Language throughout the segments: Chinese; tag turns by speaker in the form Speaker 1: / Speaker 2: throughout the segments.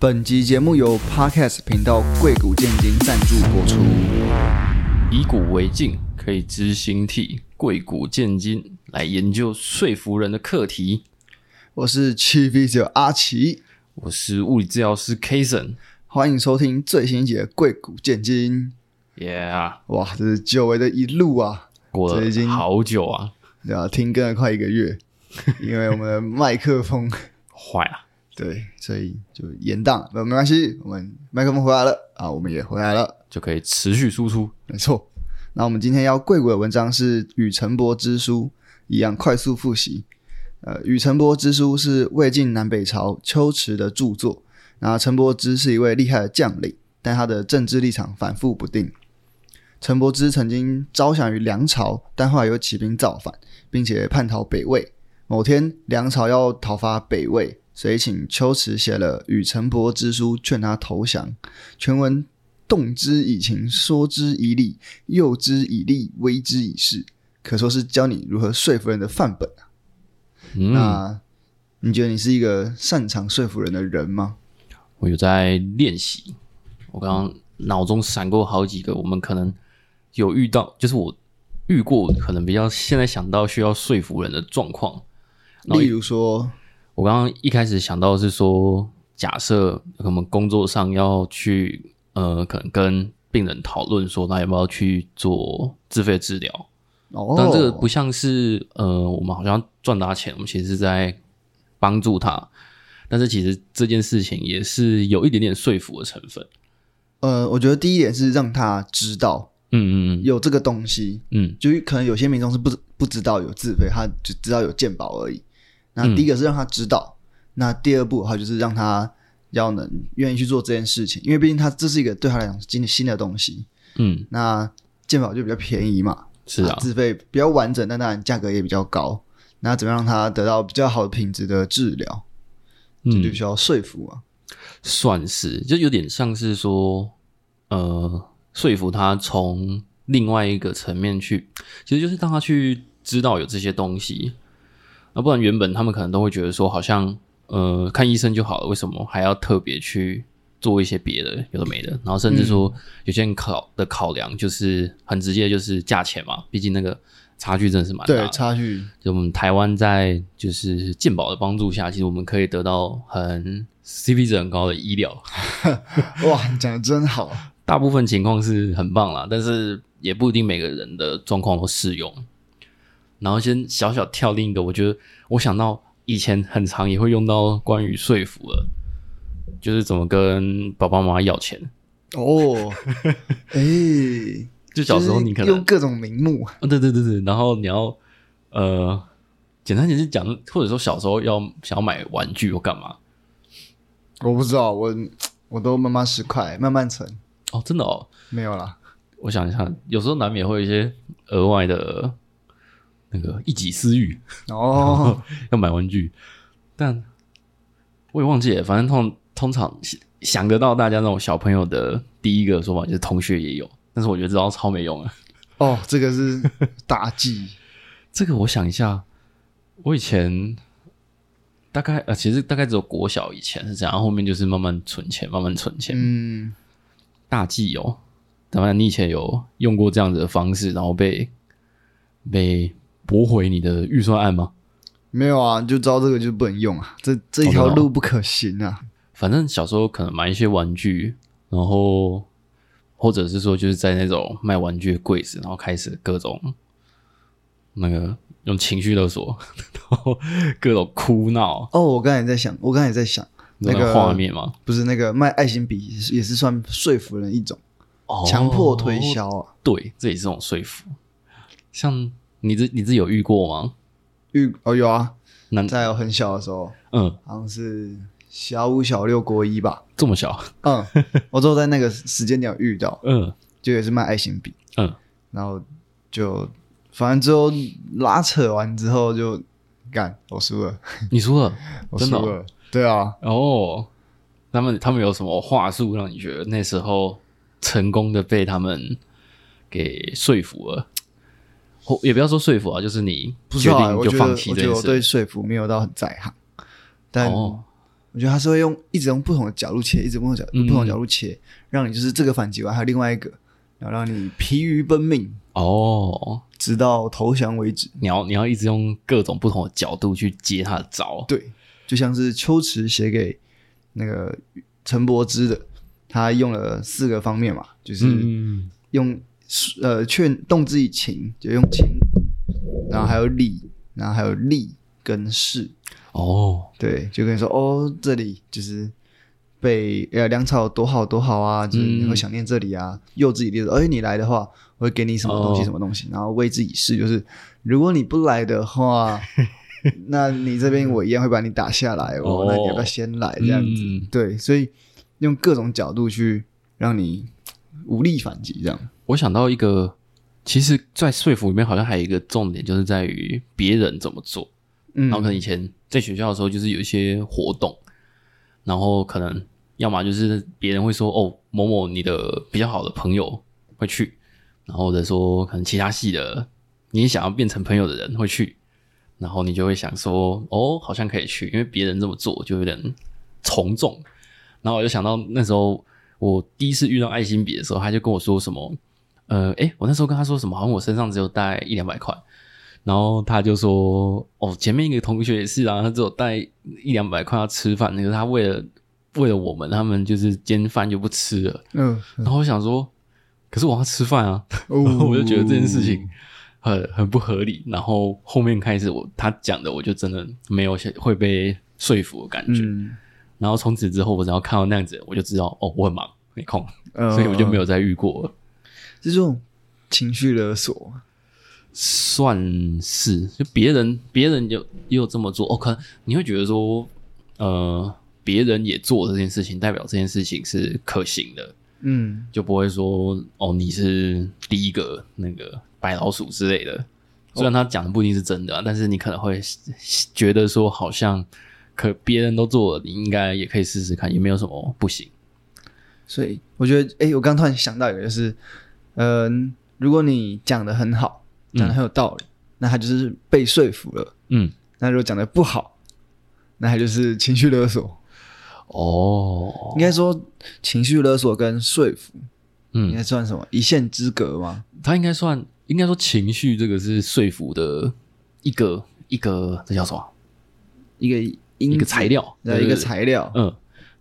Speaker 1: 本集节目由 Podcast 频道“贵谷见金”赞助播出。
Speaker 2: 以古为镜，可以知兴替，贵古见今，来研究说服人的课题。
Speaker 1: 我是七 V 九阿奇，
Speaker 2: 我是物理治疗师 Kason，
Speaker 1: 欢迎收听最新一集的《贵谷见金》。
Speaker 2: yeah，
Speaker 1: 哇，这是久违的一路啊，
Speaker 2: 过
Speaker 1: 这已经
Speaker 2: 了好久啊，
Speaker 1: 对啊，停更了快一个月， 因为我们的麦克风
Speaker 2: 坏了，
Speaker 1: 对，所以就延档，没没关系，我们麦克风回来了啊，我们也回来了。
Speaker 2: 就可以持续输出。
Speaker 1: 没错。那我们今天要贵谷的文章是《与陈伯之书》，一样快速复习。呃，《与陈伯之书》是魏晋南北朝秋池的著作。那陈伯之是一位厉害的将领，但他的政治立场反复不定。陈伯之曾经招降于梁朝，但后来又起兵造反，并且叛逃北魏。某天，梁朝要讨伐北魏，所以请秋池写了《与陈伯之书》，劝他投降。全文动之以情，说之以理，诱之以利，威之以势，可说是教你如何说服人的范本啊。
Speaker 2: 嗯，
Speaker 1: 那你觉得你是一个擅长说服人的人吗？
Speaker 2: 我有在练习，我刚刚脑中闪过好几个，我们可能有遇到，就是我遇过，可能比较现在想到需要说服人的状况。然后
Speaker 1: 例如说，
Speaker 2: 我刚刚一开始想到的是说，假设我们工作上要去，呃，可能跟病人讨论说，那要不要去做自费治疗？
Speaker 1: 哦，
Speaker 2: 但这个不像是，呃，我们好像赚他钱，我们其实是在帮助他。但是其实这件事情也是有一点点说服的成分。
Speaker 1: 呃，我觉得第一点是让他知道
Speaker 2: 嗯嗯
Speaker 1: 有这个东西，
Speaker 2: 嗯
Speaker 1: 就是可能有些民众是不不知道有自费，他只知道有健保而已。那
Speaker 2: 嗯
Speaker 1: 第一个是让他知道，那第二步的话就是让他要能愿意去做这件事情，因为毕竟他这是一个对他来讲是新的新的东西。
Speaker 2: 嗯，
Speaker 1: 那健保就比较便宜嘛，
Speaker 2: 是啊，
Speaker 1: 自费比较完整，但当然价格也比较高。那怎么样让他得到比较好的品质的治疗，这就
Speaker 2: 嗯，
Speaker 1: 需要说服啊。
Speaker 2: 算是，就有点像是说，呃，说服他从另外一个层面去，其实就是让他去知道有这些东西，那不然原本他们可能都会觉得说，好像呃看医生就好了，为什么还要特别去做一些别的，有的没的？然后甚至说、有些人考的考量就是很直接，就是价钱嘛，毕竟那个差距真的是蛮大
Speaker 1: 对，
Speaker 2: 的。
Speaker 1: 差距
Speaker 2: 就我们台湾在就是健保的帮助下，其实我们可以得到很 CP 值很高的医疗，
Speaker 1: 哇，你讲的真好。
Speaker 2: 大部分情况是很棒啦，但是也不一定每个人的状况都适用。然后先小小跳另一个，我觉得我想到以前很常也会用到关于说服了，就是怎么跟爸爸妈妈要钱。
Speaker 1: 哦，哎、
Speaker 2: 就小时候
Speaker 1: 就是
Speaker 2: 你可能
Speaker 1: 用各种名目，
Speaker 2: 啊，对对对对，然后你要呃，简单解释讲，或者说小时候要想要买玩具或干嘛
Speaker 1: 我不知道，我我都慢慢十块，慢慢存，
Speaker 2: 哦，真的哦，
Speaker 1: 没有啦。
Speaker 2: 我想一下，有时候难免会有一些额外的那个一己私欲，
Speaker 1: 哦，
Speaker 2: 要买玩具，但我也忘记了。反正通通常想得到大家那种小朋友的第一个说法就是同学也有，但是我觉得这招超没用啊。
Speaker 1: 哦，这个是大忌。
Speaker 2: 这个我想一下，我以前大概呃，其实大概只有国小以前是这样，后面就是慢慢存钱，慢慢存钱。
Speaker 1: 嗯，
Speaker 2: 大忌哦。当然，你以前有用过这样子的方式，然后被被驳回你的预算案吗？
Speaker 1: 没有啊，就知道这个就不能用啊，
Speaker 2: 哦
Speaker 1: 这这一条路不可行啊。
Speaker 2: 反正小时候可能买一些玩具，然后或者是说就是在那种卖玩具的柜子，然后开始各种那个用情绪勒索， 然后各种哭闹
Speaker 1: 哦，我刚才也在想，我刚才也在想，
Speaker 2: 那
Speaker 1: 那个
Speaker 2: 个画面嘛，
Speaker 1: 不是那个卖爱心笔也是也是算说服人一种，
Speaker 2: 哦
Speaker 1: 强迫推销啊。
Speaker 2: 对，这也是种说服。像你这你自己有遇过吗？
Speaker 1: 遇哦有啊，
Speaker 2: 那
Speaker 1: 在我很小的时候，
Speaker 2: 嗯，
Speaker 1: 好像是小五、小六、国一吧。
Speaker 2: 这么小，
Speaker 1: 嗯，我之后在那个时间点有遇到，
Speaker 2: 嗯
Speaker 1: 就也是卖爱心笔，
Speaker 2: 嗯，
Speaker 1: 然后就反正之后拉扯完之后就干，我输了，
Speaker 2: 你输了，
Speaker 1: 我
Speaker 2: 真
Speaker 1: 输
Speaker 2: 的哦
Speaker 1: 了，对啊，
Speaker 2: 哦，他们他们有什么话术让你觉得那时候成功的被他们给说服了？或也不要说说服啊，就是你
Speaker 1: 不知
Speaker 2: 决
Speaker 1: 道欸、
Speaker 2: 定
Speaker 1: 我
Speaker 2: 就
Speaker 1: 觉得
Speaker 2: 放
Speaker 1: 我
Speaker 2: 弃
Speaker 1: 觉
Speaker 2: 这
Speaker 1: 得
Speaker 2: 件
Speaker 1: 我对
Speaker 2: 事。
Speaker 1: 说服没有到很在行，但
Speaker 2: 哦，
Speaker 1: 我觉得他是会用一直用不同的角度切，一直不同的角
Speaker 2: 嗯
Speaker 1: 不同的角度切，让你就是这个反击完还有另外一个，然后让你疲于奔命，
Speaker 2: 哦，
Speaker 1: 直到投降为止。
Speaker 2: 你要你要一直用各种不同的角度去接他的招，
Speaker 1: 对，就像是秋池写给那个陈伯之的，他用了四个方面嘛，就是
Speaker 2: 嗯，
Speaker 1: 用、呃劝动之以情，就用情，然后还有理，然后还有力跟势，
Speaker 2: 哦，
Speaker 1: 对，就跟你说哦，这里就是被呃粮草多好多好啊，就是你
Speaker 2: 嗯
Speaker 1: 会想念这里啊。幼稚以例子，哎，你来的话，我会给你什么东西、
Speaker 2: 哦
Speaker 1: 什么东西。然后未之以事，就是如果你不来的 话，那你这边我一样会把你打下来哦。那你要不要
Speaker 2: 哦
Speaker 1: 先来这样子？
Speaker 2: 嗯
Speaker 1: 对，所以用各种角度去让你无力反击，这样。
Speaker 2: 我想到一个，其实，在说服里面好像还有一个重点，就是在于别人怎么做。
Speaker 1: 嗯
Speaker 2: 然后可能以前在学校的时候，就是有一些活动，然后可能要么就是别人会说哦某某你的比较好的朋友会去，然后或者说可能其他系的你也想要变成朋友的人会去，然后你就会想说哦好像可以去，因为别人这么做就有点从众。然后我就想到那时候我第一次遇到爱心笔的时候，他就跟我说什么。呃，诶，我那时候跟他说什么？好像我身上只有带一两百块，然后他就说：“哦，前面一个同学也是啊，他只有带一两百块要吃饭，那个他为了为了我们，他们就是煎饭就不吃了。”
Speaker 1: 嗯，
Speaker 2: 然后我想说，可是我要吃饭啊，
Speaker 1: 哦
Speaker 2: 我就觉得这件事情很很不合理。然后后面开始我他讲的，我就真的没有会被说服的感觉。
Speaker 1: 嗯，
Speaker 2: 然后从此之后，我只要看到那样子，我就知道哦，我很忙没空，
Speaker 1: 呃
Speaker 2: 所以我就没有再遇过了。
Speaker 1: 这种情绪勒索。
Speaker 2: 算是，就别人别人有也有这么做，哦，可能你会觉得说，呃，别人也做这件事情，代表这件事情是可行的，
Speaker 1: 嗯，
Speaker 2: 就不会说哦你是第一个那个白老鼠之类的。虽然他讲的不一定是真的啊、但是你可能会觉得说，好像可别人都做了，你应该也可以试试看，也没有什么不行。
Speaker 1: 所以我觉得，哎、我刚突然想到一个，就是，嗯、如果你讲的很好，讲的很有道理，那他就是被说服了；
Speaker 2: 嗯，
Speaker 1: 那如果讲的不好，那他就是情绪勒索。
Speaker 2: 哦，
Speaker 1: 应该说，情绪勒索跟说服应
Speaker 2: 嗯
Speaker 1: 该，算什么一线之隔吗？
Speaker 2: 他应该算，应该说情绪这个是说服的一个一个，这叫什么？
Speaker 1: 一个因
Speaker 2: 一个
Speaker 1: 子
Speaker 2: 材，料，
Speaker 1: 对，一个，材料。
Speaker 2: 嗯。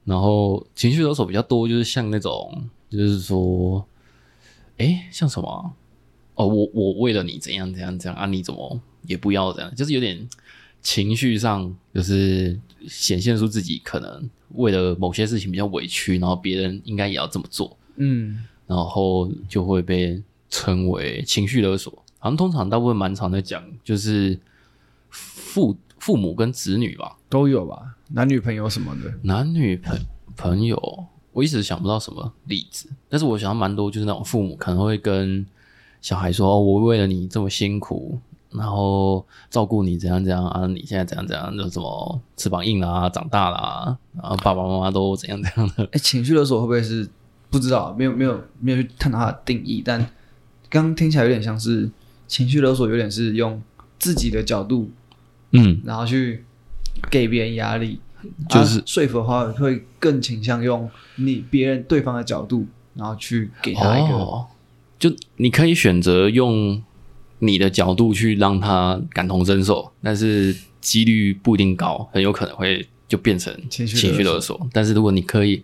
Speaker 2: 然后情绪勒索比较多，就是像那种，就是说，哎，像什么啊？哦，我我为了你怎样怎样怎样啊？你怎么也不要这样？就是有点情绪上，就是显现出自己可能为了某些事情比较委屈，然后别人应该也要这么做。
Speaker 1: 嗯，
Speaker 2: 然后就会被称为情绪勒索。好像通常大部分蛮常在讲，就是父父母跟子女吧，
Speaker 1: 都有吧，男女朋友什么的。
Speaker 2: 男女朋朋友，我一直想不到什么例子，但是我想到蛮多，就是那种父母可能会跟小孩说：“哦，我为了你这么辛苦，然后照顾你怎样怎样啊，你现在怎样怎样，就什么翅膀硬啦、长大啦、然后爸爸妈妈都怎样怎样的。
Speaker 1: 哎、情绪勒索会不会是不知道？没有没有没有去探讨它的定义，但刚听起来有点像是情绪勒索，有点是用自己的角度，”
Speaker 2: 嗯，
Speaker 1: 然后去给别人压力。
Speaker 2: 就是
Speaker 1: 啊、说服的话，会更倾向用你别人对方的角度，然后去给他一个、
Speaker 2: 哦，就你可以选择用你的角度去让他感同身受，但是几率不一定高，很有可能会就变成
Speaker 1: 情
Speaker 2: 情
Speaker 1: 绪勒索
Speaker 2: 绪勒索。但是如果你可以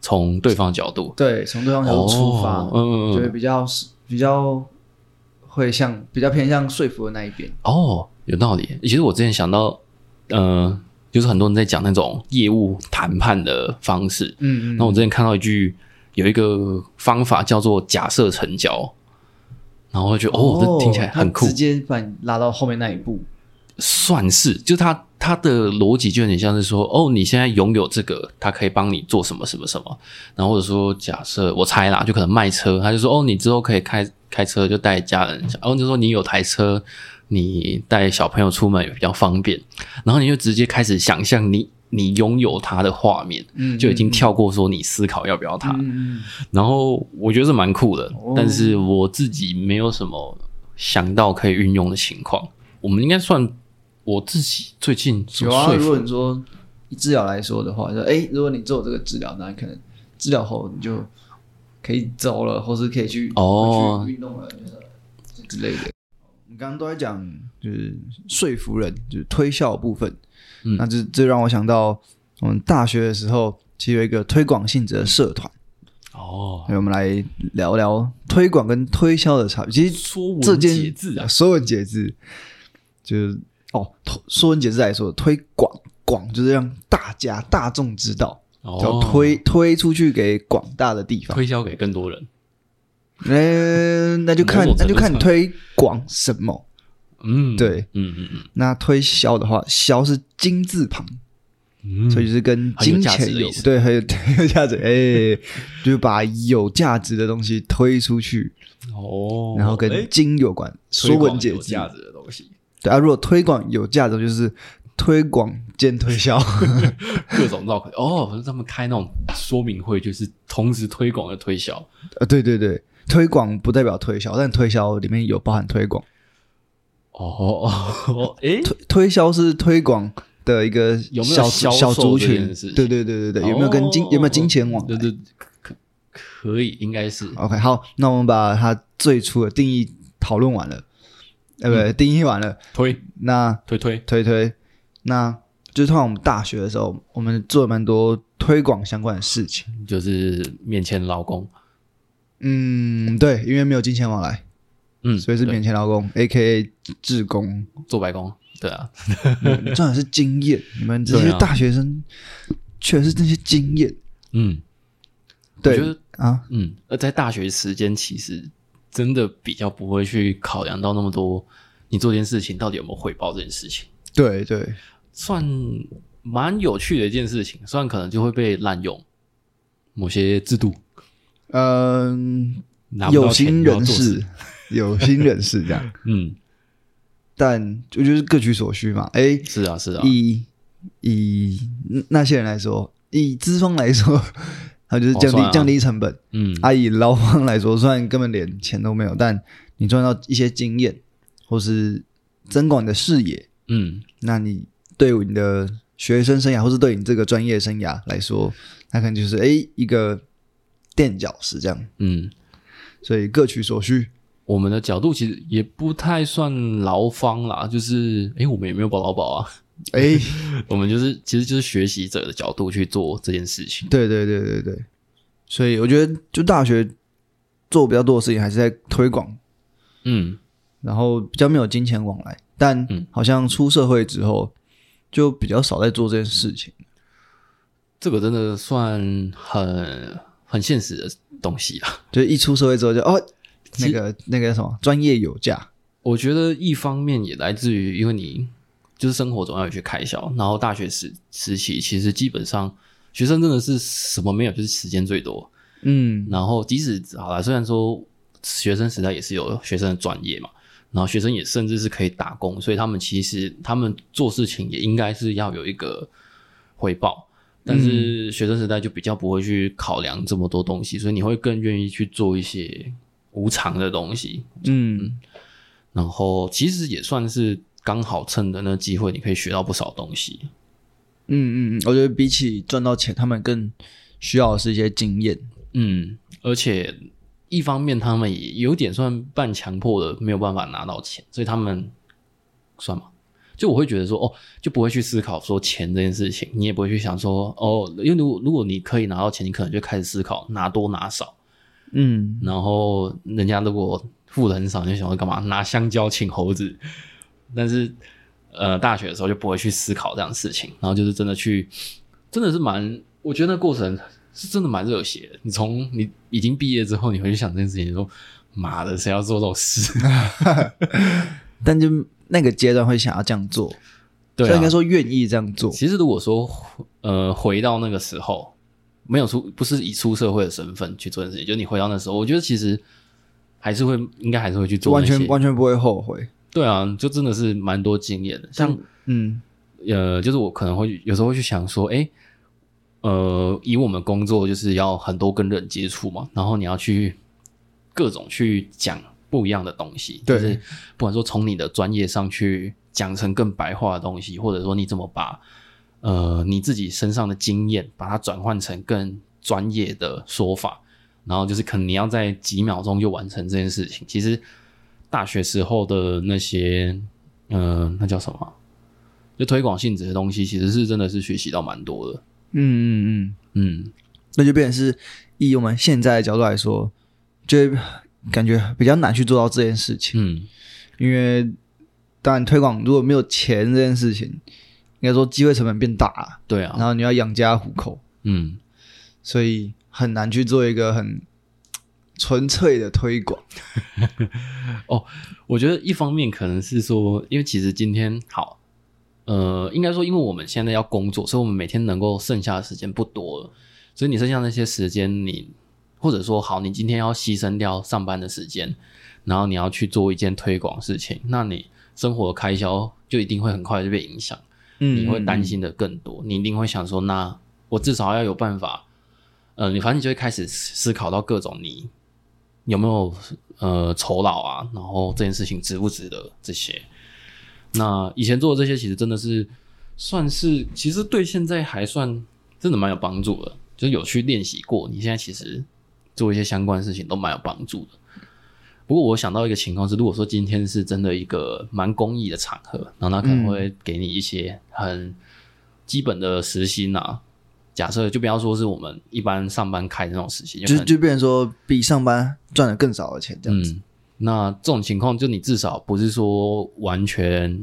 Speaker 2: 从对方角度，
Speaker 1: 对从对方角度出发，
Speaker 2: 哦嗯
Speaker 1: 就
Speaker 2: 嗯
Speaker 1: 会
Speaker 2: 嗯，
Speaker 1: 比较比较会像比较偏向说服的那一边。
Speaker 2: 哦，有道理。其实我之前想到，呃，就是很多人在讲那种业务谈判的方式，
Speaker 1: 嗯
Speaker 2: 那我之前看到一句有一个方法叫做假设成交。然后我就觉得哦，这听起来很酷
Speaker 1: 他，直接把你拉到后面那一步。
Speaker 2: 算是，就他他的逻辑就有点像是说，哦，你现在拥有这个，他可以帮你做什么什么什么，然后或者说假设我猜啦，就可能卖车，他就说，哦，你之后可以开开车，就带家人，然后就说你有台车，你带小朋友出门也比较方便，然后你就直接开始想象你你拥有它的画面，
Speaker 1: 嗯
Speaker 2: 就已经跳过说你思考要不要它，
Speaker 1: 嗯嗯
Speaker 2: 然后我觉得是蛮酷的，
Speaker 1: 哦
Speaker 2: 但是我自己没有什么想到可以运用的情况。我们应该算我自己最近所
Speaker 1: 有啊，
Speaker 2: 说
Speaker 1: 如
Speaker 2: 服
Speaker 1: 果你说治疗来说的话，就哎，如果你做这个治疗，那你可能治疗后你就可以走了，或是可以去
Speaker 2: 哦
Speaker 1: 去运动了就是之类的。我们刚刚都在讲就是说服人，就是推销的部分。
Speaker 2: 嗯
Speaker 1: 那这这让我想到我们大学的时候，其实有一个推广性质的社团，
Speaker 2: 哦，
Speaker 1: 所以我们来聊聊推广跟推销的差别。其实
Speaker 2: 说文
Speaker 1: 这件
Speaker 2: 解字啊，
Speaker 1: 说文解字就是哦，推说文解字来说，推广广就是让大家大众知道，叫
Speaker 2: 哦，
Speaker 1: 推、推出去给广大的地方。
Speaker 2: 推销给更多人，
Speaker 1: 嗯，那就看
Speaker 2: 某种
Speaker 1: 那
Speaker 2: 程
Speaker 1: 就
Speaker 2: 度
Speaker 1: 看你
Speaker 2: 上
Speaker 1: 推广什么。
Speaker 2: 嗯，
Speaker 1: 对，
Speaker 2: 嗯嗯嗯
Speaker 1: 那推销的话，销是金字旁，
Speaker 2: 嗯，
Speaker 1: 所以就是跟
Speaker 2: 很有
Speaker 1: 金
Speaker 2: 价值
Speaker 1: 钱
Speaker 2: 的
Speaker 1: 有
Speaker 2: 意思
Speaker 1: 对很有 很有价值，哎、就是把有价值的东西推出去，
Speaker 2: 哦，
Speaker 1: 然后
Speaker 2: 诶
Speaker 1: 跟金有关，说文解
Speaker 2: 推广有
Speaker 1: 字。
Speaker 2: 价值的东西，
Speaker 1: 对啊，如果推广有价值，就是推广兼推 销。
Speaker 2: 各种绕口哦，他们开那种说明会，就是同时推广和推销。
Speaker 1: 呃，对对对，推广不代表推销，但推销里面有包含推广。
Speaker 2: 哦哦，诶，
Speaker 1: 推推销是推广的一个
Speaker 2: 有没有
Speaker 1: 小
Speaker 2: 销售
Speaker 1: 小族
Speaker 2: 这件
Speaker 1: 群
Speaker 2: 事情？
Speaker 1: 对对对对对，有没有跟金、
Speaker 2: 哦
Speaker 1: 有没有金钱往
Speaker 2: 对
Speaker 1: 来
Speaker 2: 对，可可以，应该是
Speaker 1: ？OK，好，那我们把它最初的定义讨论完了，呃，不、
Speaker 2: 嗯
Speaker 1: 定义完了，
Speaker 2: 推
Speaker 1: 那
Speaker 2: 推推，
Speaker 1: 推推，那就是通常我们大学的时候，我们做了蛮多推广相关的事情。
Speaker 2: 就是面前劳工，
Speaker 1: 嗯，对，因为没有金钱往来，
Speaker 2: 嗯，
Speaker 1: 所以是
Speaker 2: 对
Speaker 1: 免钱劳工 （A K A 志工
Speaker 2: 做白工，对啊，）。
Speaker 1: 你赚的是经验，你们这些
Speaker 2: 对啊
Speaker 1: 大学生确实是那些经验。
Speaker 2: 嗯，我觉
Speaker 1: 对
Speaker 2: 得
Speaker 1: 啊，
Speaker 2: 嗯，而在大学时间，其实真的比较不会去考量到那么多，你做这件事情到底有没有回报这件事情，
Speaker 1: 对对，
Speaker 2: 算蛮有趣的一件事情，虽然可能就会被滥用某些制度，
Speaker 1: 嗯、
Speaker 2: 拿不到
Speaker 1: 有
Speaker 2: 钱
Speaker 1: 心
Speaker 2: 就要
Speaker 1: 人
Speaker 2: 做事
Speaker 1: 士，，有心人士这 样，
Speaker 2: 嗯，
Speaker 1: 但就就是各取所需嘛。哎，
Speaker 2: 是啊，是啊，
Speaker 1: 以以那些人来说，以资方来说， 他就是
Speaker 2: 哦
Speaker 1: 降低、
Speaker 2: 算啊
Speaker 1: 降低成本；，
Speaker 2: 嗯，
Speaker 1: 啊，以劳方来说，虽然根本连钱都没有，但你赚到一些经验，或是增广你的视野。
Speaker 2: 嗯，
Speaker 1: 那你对你的学生生涯，或是对你这个专业生涯来说，那可能就是诶一个垫脚石这样，
Speaker 2: 嗯，
Speaker 1: 所以各取所需。
Speaker 2: 我们的角度其实也不太算劳方啦，就是诶，我们也没有保劳保啊，
Speaker 1: 诶，
Speaker 2: 我们就是其实就是学习者的角度去做这件事情。
Speaker 1: 对对对对对，所以我觉得就大学做比较多的事情还是在推广，
Speaker 2: 嗯，
Speaker 1: 然后比较没有金钱往来，但
Speaker 2: 嗯
Speaker 1: 好像出社会之后就比较少在做这件事情。
Speaker 2: 这个真的算很很现实的东西啊。
Speaker 1: 就是一出社会之后就哦，
Speaker 2: 其
Speaker 1: 那
Speaker 2: 实
Speaker 1: 个那个什么专业有价，
Speaker 2: 我觉得一方面也来自于，因为你就是生活总要有些开销，然后大学时时期其实基本上学生真的是什么没有，就是时间最多。
Speaker 1: 嗯，
Speaker 2: 然后即使好了，虽然说学生时代也是有学生的专业嘛，然后学生也甚至是可以打工，所以他们其实他们做事情也应该是要有一个回报。但是学生时代就比较不会去考量这么多东西，所以你会更愿意去做一些无偿的东西，
Speaker 1: 嗯，
Speaker 2: 然后其实也算是刚好趁着那机会，你可以学到不少东西。
Speaker 1: 嗯嗯嗯，我觉得比起赚到钱，他们更需要的是一些经验。
Speaker 2: 嗯，而且一方面他们也有点算半强迫的，没有办法拿到钱，所以他们算吗？就我会觉得说，哦，就不会去思考说钱这件事情，你也不会去想说，哦，因为如果如果你可以拿到钱，你可能就开始思考拿多拿少，
Speaker 1: 嗯，
Speaker 2: 然后人家如果付的很少，你就想要干嘛？拿香蕉请猴子。但是，呃，大学的时候就不会去思考这样的事情，然后就是真的去，真的是蛮，我觉得那过程是真的蛮热血的。你从你已经毕业之后，你回去想这件事情，你说妈的，谁要做这种事？
Speaker 1: 但就那个阶段会想要这样做，
Speaker 2: 对、
Speaker 1: 所以
Speaker 2: 啊
Speaker 1: 应该，说愿意这样做。
Speaker 2: 其实如果说，呃，回到那个时候，没有出，不是以出社会的身份去做这件事情，就是你回到那时候，我觉得其实还是会，应该还是会去
Speaker 1: 就
Speaker 2: 做
Speaker 1: 完
Speaker 2: 那些，
Speaker 1: 全完全不会后悔，
Speaker 2: 对啊，就真的是蛮多经验的。像
Speaker 1: 嗯
Speaker 2: 呃，就是我可能会有时候会去想说，诶，呃，以我们工作就是要很多跟人接触嘛，然后你要去各种去讲不一样的东西，
Speaker 1: 对
Speaker 2: 就是不管说从你的专业上去讲成更白话的东西，或者说你怎么把呃你自己身上的经验，把它转换成更专业的说法，然后就是可能你要在几秒钟就完成这件事情。其实大学时候的那些，呃，那叫什么啊？就推广性质的东西，其实是真的是学习到蛮多的。
Speaker 1: 嗯嗯嗯，
Speaker 2: 嗯，
Speaker 1: 那就变成是以我们现在的角度来说，就会感觉比较难去做到这件事情，
Speaker 2: 嗯，
Speaker 1: 因为当然推广如果没有钱这件事情，应该说机会成本变大了，
Speaker 2: 对
Speaker 1: 然
Speaker 2: 啊，
Speaker 1: 后你要养家糊口，
Speaker 2: 嗯，
Speaker 1: 所以很难去做一个很纯粹的推广。
Speaker 2: 我觉得一方面可能是说，因为其实今天好，呃，应该说，因为我们现在要工作，所以我们每天能够剩下的时间不多了，所以你剩下那些时间，你或者说好，你今天要牺牲掉上班的时间，然后你要去做一件推广事情，那你生活的开销就一定会很快就被影响。
Speaker 1: 嗯
Speaker 2: 你会担心的更多，你一定会想说，那我至少要有办法，呃，你反正你就会开始思思考到各种你有没有呃酬劳啊，然后这件事情值不值得这些。那以前做的这些，其实真的是算是，其实对现在还算真的蛮有帮助的，就是有去练习过，你现在其实做一些相关的事情都蛮有帮助的。不过我想到一个情况是，如果说今天是真的一个蛮公益的场合，然后他可能会给你一些很基本的时薪啊。假设就不要说是我们一般上班开的那种时薪，
Speaker 1: 就
Speaker 2: 可能
Speaker 1: 就变成说比上班赚的更少的钱这样子。
Speaker 2: 嗯，那这种情况，就你至少不是说完全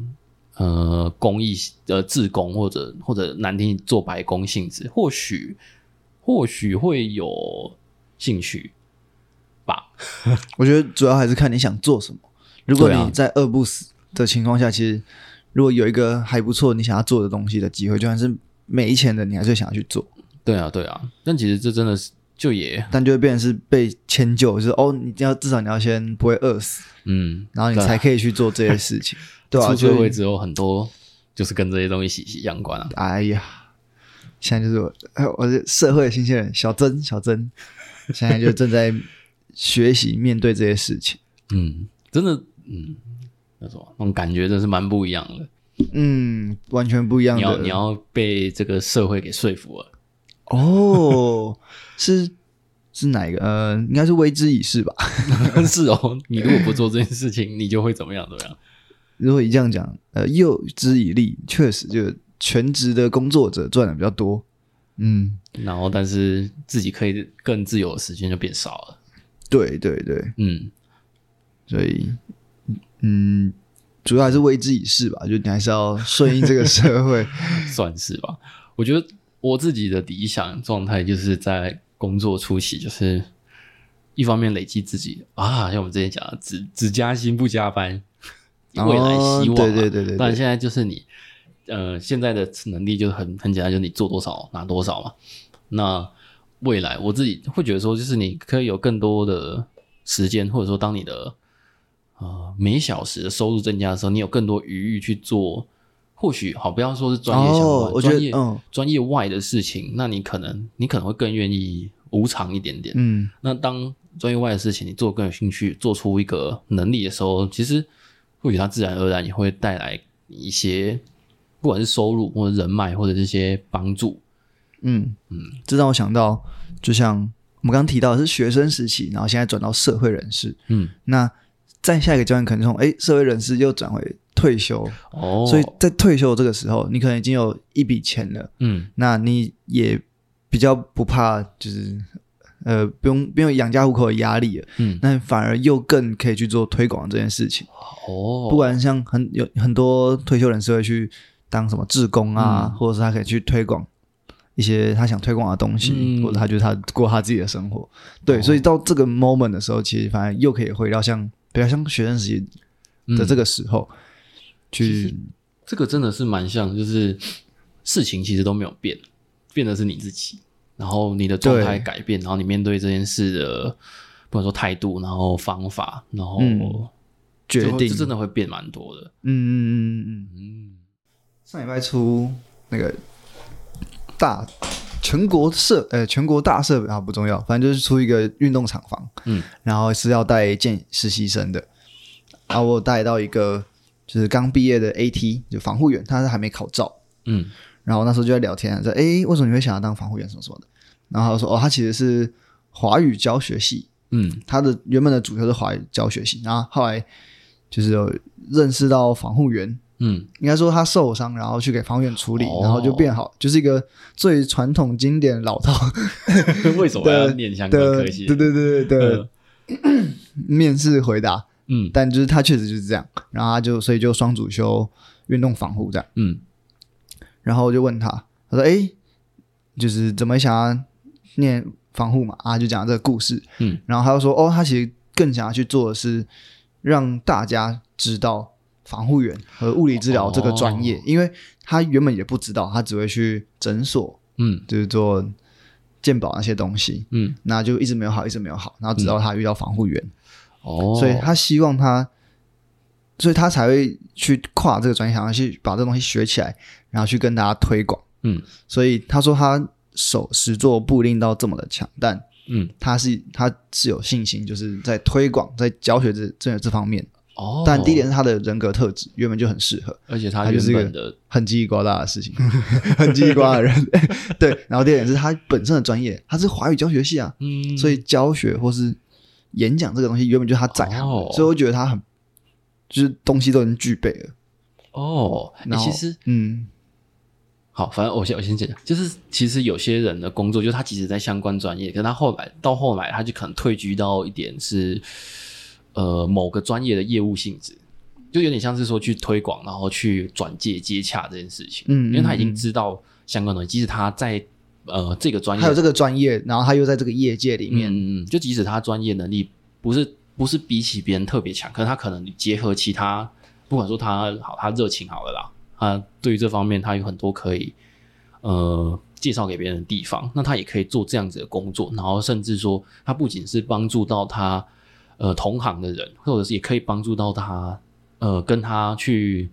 Speaker 2: 呃公益呃自工或者或者难听做白工性质，或许或许会有兴趣吧。
Speaker 1: 我觉得主要还是看你想做什么。如果
Speaker 2: 对啊
Speaker 1: 你在饿不死的情况下，其实如果有一个还不错你想要做的东西的机会，就算是没钱的，你还是想要去做，
Speaker 2: 对啊，对啊，但其实这真的是就也
Speaker 1: 但就会变成是被迁就，就是哦，你要至少你要先不会饿死，
Speaker 2: 嗯，
Speaker 1: 然后你
Speaker 2: 对啊
Speaker 1: 才可以去做这些事 情，对啊，
Speaker 2: 出社
Speaker 1: 就
Speaker 2: 会
Speaker 1: 是
Speaker 2: 之后很多就是跟这些东西息息相关啊。
Speaker 1: 哎呀，现在就是我，哎我是社会新鲜人小曾，小曾，现在就正在学习面对这些事情。
Speaker 2: 嗯，真的，嗯，那什么，那种感觉真是蛮不一样的。
Speaker 1: 嗯，完全不一样
Speaker 2: 你要
Speaker 1: 的。
Speaker 2: 你要被这个社会给说服了。
Speaker 1: 哦，是是哪一个？呃，应该是为之以事吧。
Speaker 2: 是哦，你如果不做这件事情，你就会怎么样？怎么样？
Speaker 1: 如果你这样讲，呃，诱之以利，确实就全职的工作者赚的比较多。嗯，
Speaker 2: 然后，但是自己可以更自由的时间就变少了。
Speaker 1: 对对对，
Speaker 2: 嗯，
Speaker 1: 所以嗯，主要还是为之以事吧，就你还是要顺应这个社会。
Speaker 2: 算是吧。我觉得我自己的理想状态就是在工作初期，就是一方面累积自己啊，像我们之前讲的，只只加薪不加班，
Speaker 1: 哦
Speaker 2: 未来希望嘛、啊
Speaker 1: 对对对对对
Speaker 2: 但现在就是你，呃，现在的能力就是很很简单，就是你做多少拿多少嘛。那未来我自己会觉得说，就是你可以有更多的时间，或者说当你的呃每小时的收入增加的时候，你有更多余裕去做。或许好，不要说是专业相关，
Speaker 1: 哦我觉得
Speaker 2: 专业、
Speaker 1: 嗯
Speaker 2: 专业外的事情，那你可能你可能会更愿意无偿一点点。
Speaker 1: 嗯，
Speaker 2: 那当专业外的事情你做得更有兴趣，做出一个能力的时候，其实或许它自然而然也会带来一些，不管是收入或者人脉或者这些帮助。
Speaker 1: 嗯，这让我想到，就像我们刚刚提到的是学生时期，然后现在转到社会人士，
Speaker 2: 嗯，
Speaker 1: 那在下一个阶段可能从哎社会人士又转回退休，
Speaker 2: 哦，
Speaker 1: 所以在退休这个时候，你可能已经有一笔钱了，
Speaker 2: 嗯，
Speaker 1: 那你也比较不怕就是。呃，不用不用养家糊口的压力了，
Speaker 2: 嗯
Speaker 1: 那反而又更可以去做推广这件事情。
Speaker 2: 哦，
Speaker 1: 不管像很有很多退休人士会去当什么志工啊，
Speaker 2: 嗯
Speaker 1: 或者是他可以去推广一些他想推广的东西，
Speaker 2: 嗯哦
Speaker 1: 或者他就是他过他自己的生活。对，所以到这个 moment 的时候，其实反而又可以回到像比较像学生时期的这
Speaker 2: 个、
Speaker 1: 个时候、去，
Speaker 2: 这个真的是蛮像，就是事情其实都没有变，变的是你自己，然后你的状态
Speaker 1: 对
Speaker 2: 改变，然后你面对这件事的，不管说态度，然后方法，然后
Speaker 1: 嗯决
Speaker 2: 就会
Speaker 1: 定。
Speaker 2: 这
Speaker 1: 嗯
Speaker 2: 真的会变蛮多的。
Speaker 1: 嗯嗯嗯嗯。
Speaker 2: 嗯，
Speaker 1: 上礼拜出那个大全国社呃全国大社啊不重要，反正就是出一个运动厂房，
Speaker 2: 嗯，
Speaker 1: 然后是要带见实习生的，啊，我有带到一个就是刚毕业的 AT 就防护员，他是还没考照，
Speaker 2: 嗯，
Speaker 1: 然然后那时候就在聊天，啊说诶，为什么你会想要当防护员什么什么的？然后他说哦，他其实是华语教学系，
Speaker 2: 嗯
Speaker 1: 他的原本的主修是华语教学系，然后后来就是有认识到防护员，
Speaker 2: 嗯，
Speaker 1: 应该说他受伤，然后去给防护员处理，
Speaker 2: 哦
Speaker 1: 然后就变好，就是一个最传统经典老套
Speaker 2: 为什么要
Speaker 1: 的
Speaker 2: 念相关
Speaker 1: 的，
Speaker 2: 科
Speaker 1: 嗯对
Speaker 2: 系？
Speaker 1: 对对对的
Speaker 2: 呃
Speaker 1: 面试回答，
Speaker 2: 嗯
Speaker 1: 但就是他确实就是这样，然后他就所以就双主修运动防护这样，
Speaker 2: 嗯
Speaker 1: 然后我就问他，他说：“诶，就是怎么想要念防护嘛？”啊，就讲这个故事，
Speaker 2: 嗯，
Speaker 1: 然后他就说：“哦，他其实更想要去做的是让大家知道防护员和物理治疗这个专业，
Speaker 2: 哦
Speaker 1: 因为他原本也不知道，他只会去诊所
Speaker 2: 嗯
Speaker 1: 就是做鉴宝那些东西，
Speaker 2: 嗯，
Speaker 1: 那就一直没有好，一直没有好，然后直到他遇到防护员。”
Speaker 2: 哦，
Speaker 1: 所以他希望他，所以他才会去跨这个专业，想要去把这东西学起来，然后去跟大家推广。
Speaker 2: 嗯
Speaker 1: 所以他说他手实做不一定到这么的强，但
Speaker 2: 嗯
Speaker 1: 他是他是有信心，就是在推广在教学这这这方面。
Speaker 2: 哦，
Speaker 1: 但第一点是他的人格特质原本就很适合，
Speaker 2: 而且
Speaker 1: 他
Speaker 2: 他
Speaker 1: 就
Speaker 2: 原
Speaker 1: 是一个
Speaker 2: 本的
Speaker 1: 很叽里呱啦的事情， 很叽里呱啦的人。 对，然后第二点是他本身的专业，他是华语教学系啊，
Speaker 2: 嗯，
Speaker 1: 所以教学或是演讲这个东西原本就是他在行的，
Speaker 2: 哦
Speaker 1: 所以我觉得他很就是东西都已经具备了。
Speaker 2: 哦，欸
Speaker 1: 然后，
Speaker 2: 其实
Speaker 1: 嗯，
Speaker 2: 好，反正我先我先讲，就是其实有些人的工作，就是他即使在相关专业，可是他后来到后来，他就可能退居到一点是，呃，某个专业的业务性质，就有点像是说去推广，然后去转介接洽这件事情，
Speaker 1: 嗯
Speaker 2: 因为他已
Speaker 1: 嗯嗯
Speaker 2: 经知道相关东西，即使他在呃这个专业
Speaker 1: 还有这个专业，然后他又在这个业界里面，
Speaker 2: 嗯嗯，嗯就即使他专业能力不是不是比起别人特别强，可是他可能结合其他，不管说他好，他热情好了啦，他对于这方面他有很多可以呃介绍给别人的地方，那他也可以做这样子的工作，然后甚至说他不仅是帮助到他呃同行的人，或者是也可以帮助到他呃跟他去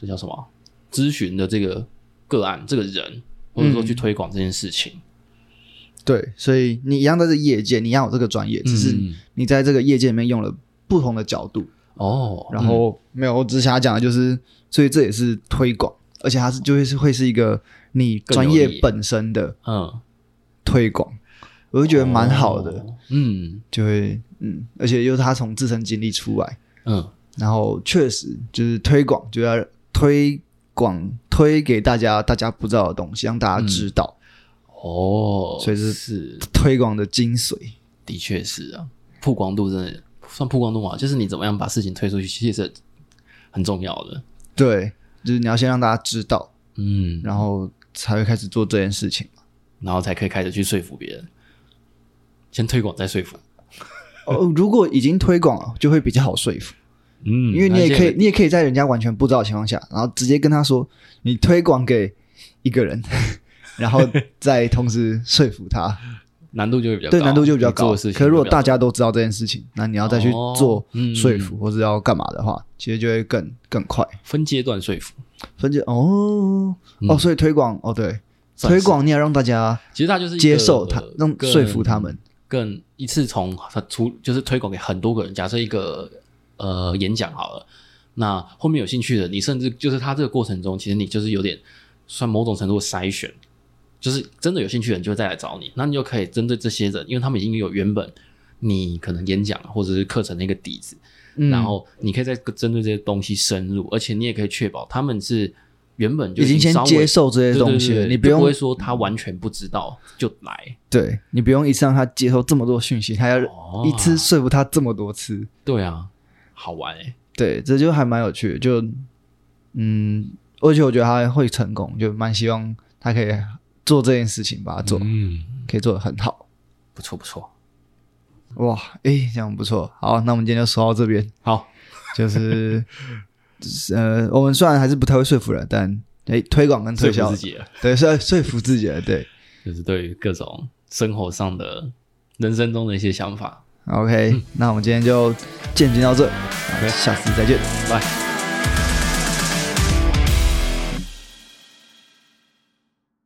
Speaker 2: 这叫什么咨询的这个个案这个人，或者说去
Speaker 1: 嗯
Speaker 2: 推广这件事情，
Speaker 1: 对，所以你一样在这业界，你一样有这个专业，只是
Speaker 2: 嗯
Speaker 1: 你在这个业界里面用了不同的角度，
Speaker 2: 哦，
Speaker 1: 然后、没有，我只想讲的就是，所以这也是推广，而且它是就会是会是一个你专
Speaker 2: 更有
Speaker 1: 业
Speaker 2: 利
Speaker 1: 本身的
Speaker 2: 嗯。嗯
Speaker 1: 推广，我就觉得蛮好的，
Speaker 2: 哦嗯
Speaker 1: 就会嗯，而且又是他从自身经历出来。
Speaker 2: 嗯，
Speaker 1: 然后确实就是推广，就要推广推给大家大家不知道的东西，让大家知道、
Speaker 2: 哦，
Speaker 1: 所以是
Speaker 2: 嗯是
Speaker 1: 推广的精髓。
Speaker 2: 的确是啊，曝光度真的算曝光度嘛，就是你怎么样把事情推出去，其实是很重要的。
Speaker 1: 对，就是你要先让大家知道，
Speaker 2: 嗯，
Speaker 1: 然后才会开始做这件事情。
Speaker 2: 然后才可以开始去说服别人，先推广再说服。
Speaker 1: 哦，如果已经推广了，就会比较好说服，
Speaker 2: 嗯，
Speaker 1: 因为你也可以，
Speaker 2: 那
Speaker 1: 你也可以在人家完全不知道的情况下，然后直接跟他说你推广给一个人， 然后再同时说服他，
Speaker 2: 难度就会比较高，
Speaker 1: 对，难度就比较
Speaker 2: 你
Speaker 1: 高。
Speaker 2: 做的事情
Speaker 1: 可是如果
Speaker 2: 就比较
Speaker 1: 大家都知道这件事情，那你要再去
Speaker 2: 哦
Speaker 1: 做
Speaker 2: 嗯
Speaker 1: 说服、或者要干嘛的话，其实就会更更快。
Speaker 2: 分阶段说服，
Speaker 1: 分解哦、哦，
Speaker 2: 嗯
Speaker 1: 所以推广哦，对，
Speaker 2: 算
Speaker 1: 推
Speaker 2: 是
Speaker 1: 广你要让大家
Speaker 2: 其实它就是一个
Speaker 1: 接受他
Speaker 2: 呃，
Speaker 1: 让说服他
Speaker 2: 更
Speaker 1: 们。
Speaker 2: 更一次从他出就是推广给很多个人。假设一个呃演讲好了，那后面有兴趣的，你甚至就是他这个过程中，其实你就是有点算某种程度的筛选，就是真的有兴趣的人就会再来找你，那你就可以针对这些人，因为他们已经有原本你可能演讲或者是课程的一个底子，
Speaker 1: 嗯，
Speaker 2: 然后你可以再针对这些东西深入，而且你也可以确保他们是原本就
Speaker 1: 已经先
Speaker 2: 稍微
Speaker 1: 接受这些
Speaker 2: 对对
Speaker 1: 东西了，
Speaker 2: 对
Speaker 1: 你
Speaker 2: 就
Speaker 1: 不用
Speaker 2: 会说他完全不知道就来
Speaker 1: 对你不用一次让他接受这么多讯息，还要
Speaker 2: 哦
Speaker 1: 一次说服他这么多次。
Speaker 2: 对啊，好玩哎、
Speaker 1: 对，这就还蛮有趣的。就嗯，而且我觉得他会成功，就蛮希望他可以做这件事情，把它做、
Speaker 2: 嗯，
Speaker 1: 可以做得很好。
Speaker 2: 不错不错，
Speaker 1: 哇，诶，这样不错。好，那我们今天就说到这边。
Speaker 2: 好，
Speaker 1: 就是呃，我们虽然还是不太会说服人，但哎，推广跟推
Speaker 2: 说服
Speaker 1: 销
Speaker 2: 自，己了，
Speaker 1: 对，是要说服自己的，对。
Speaker 2: 就是对于各种生活上的、人生中的一些想法，
Speaker 1: OK，、那我们今天就见行到这，
Speaker 2: 嗯 OK
Speaker 1: 下次再见。
Speaker 2: 拜。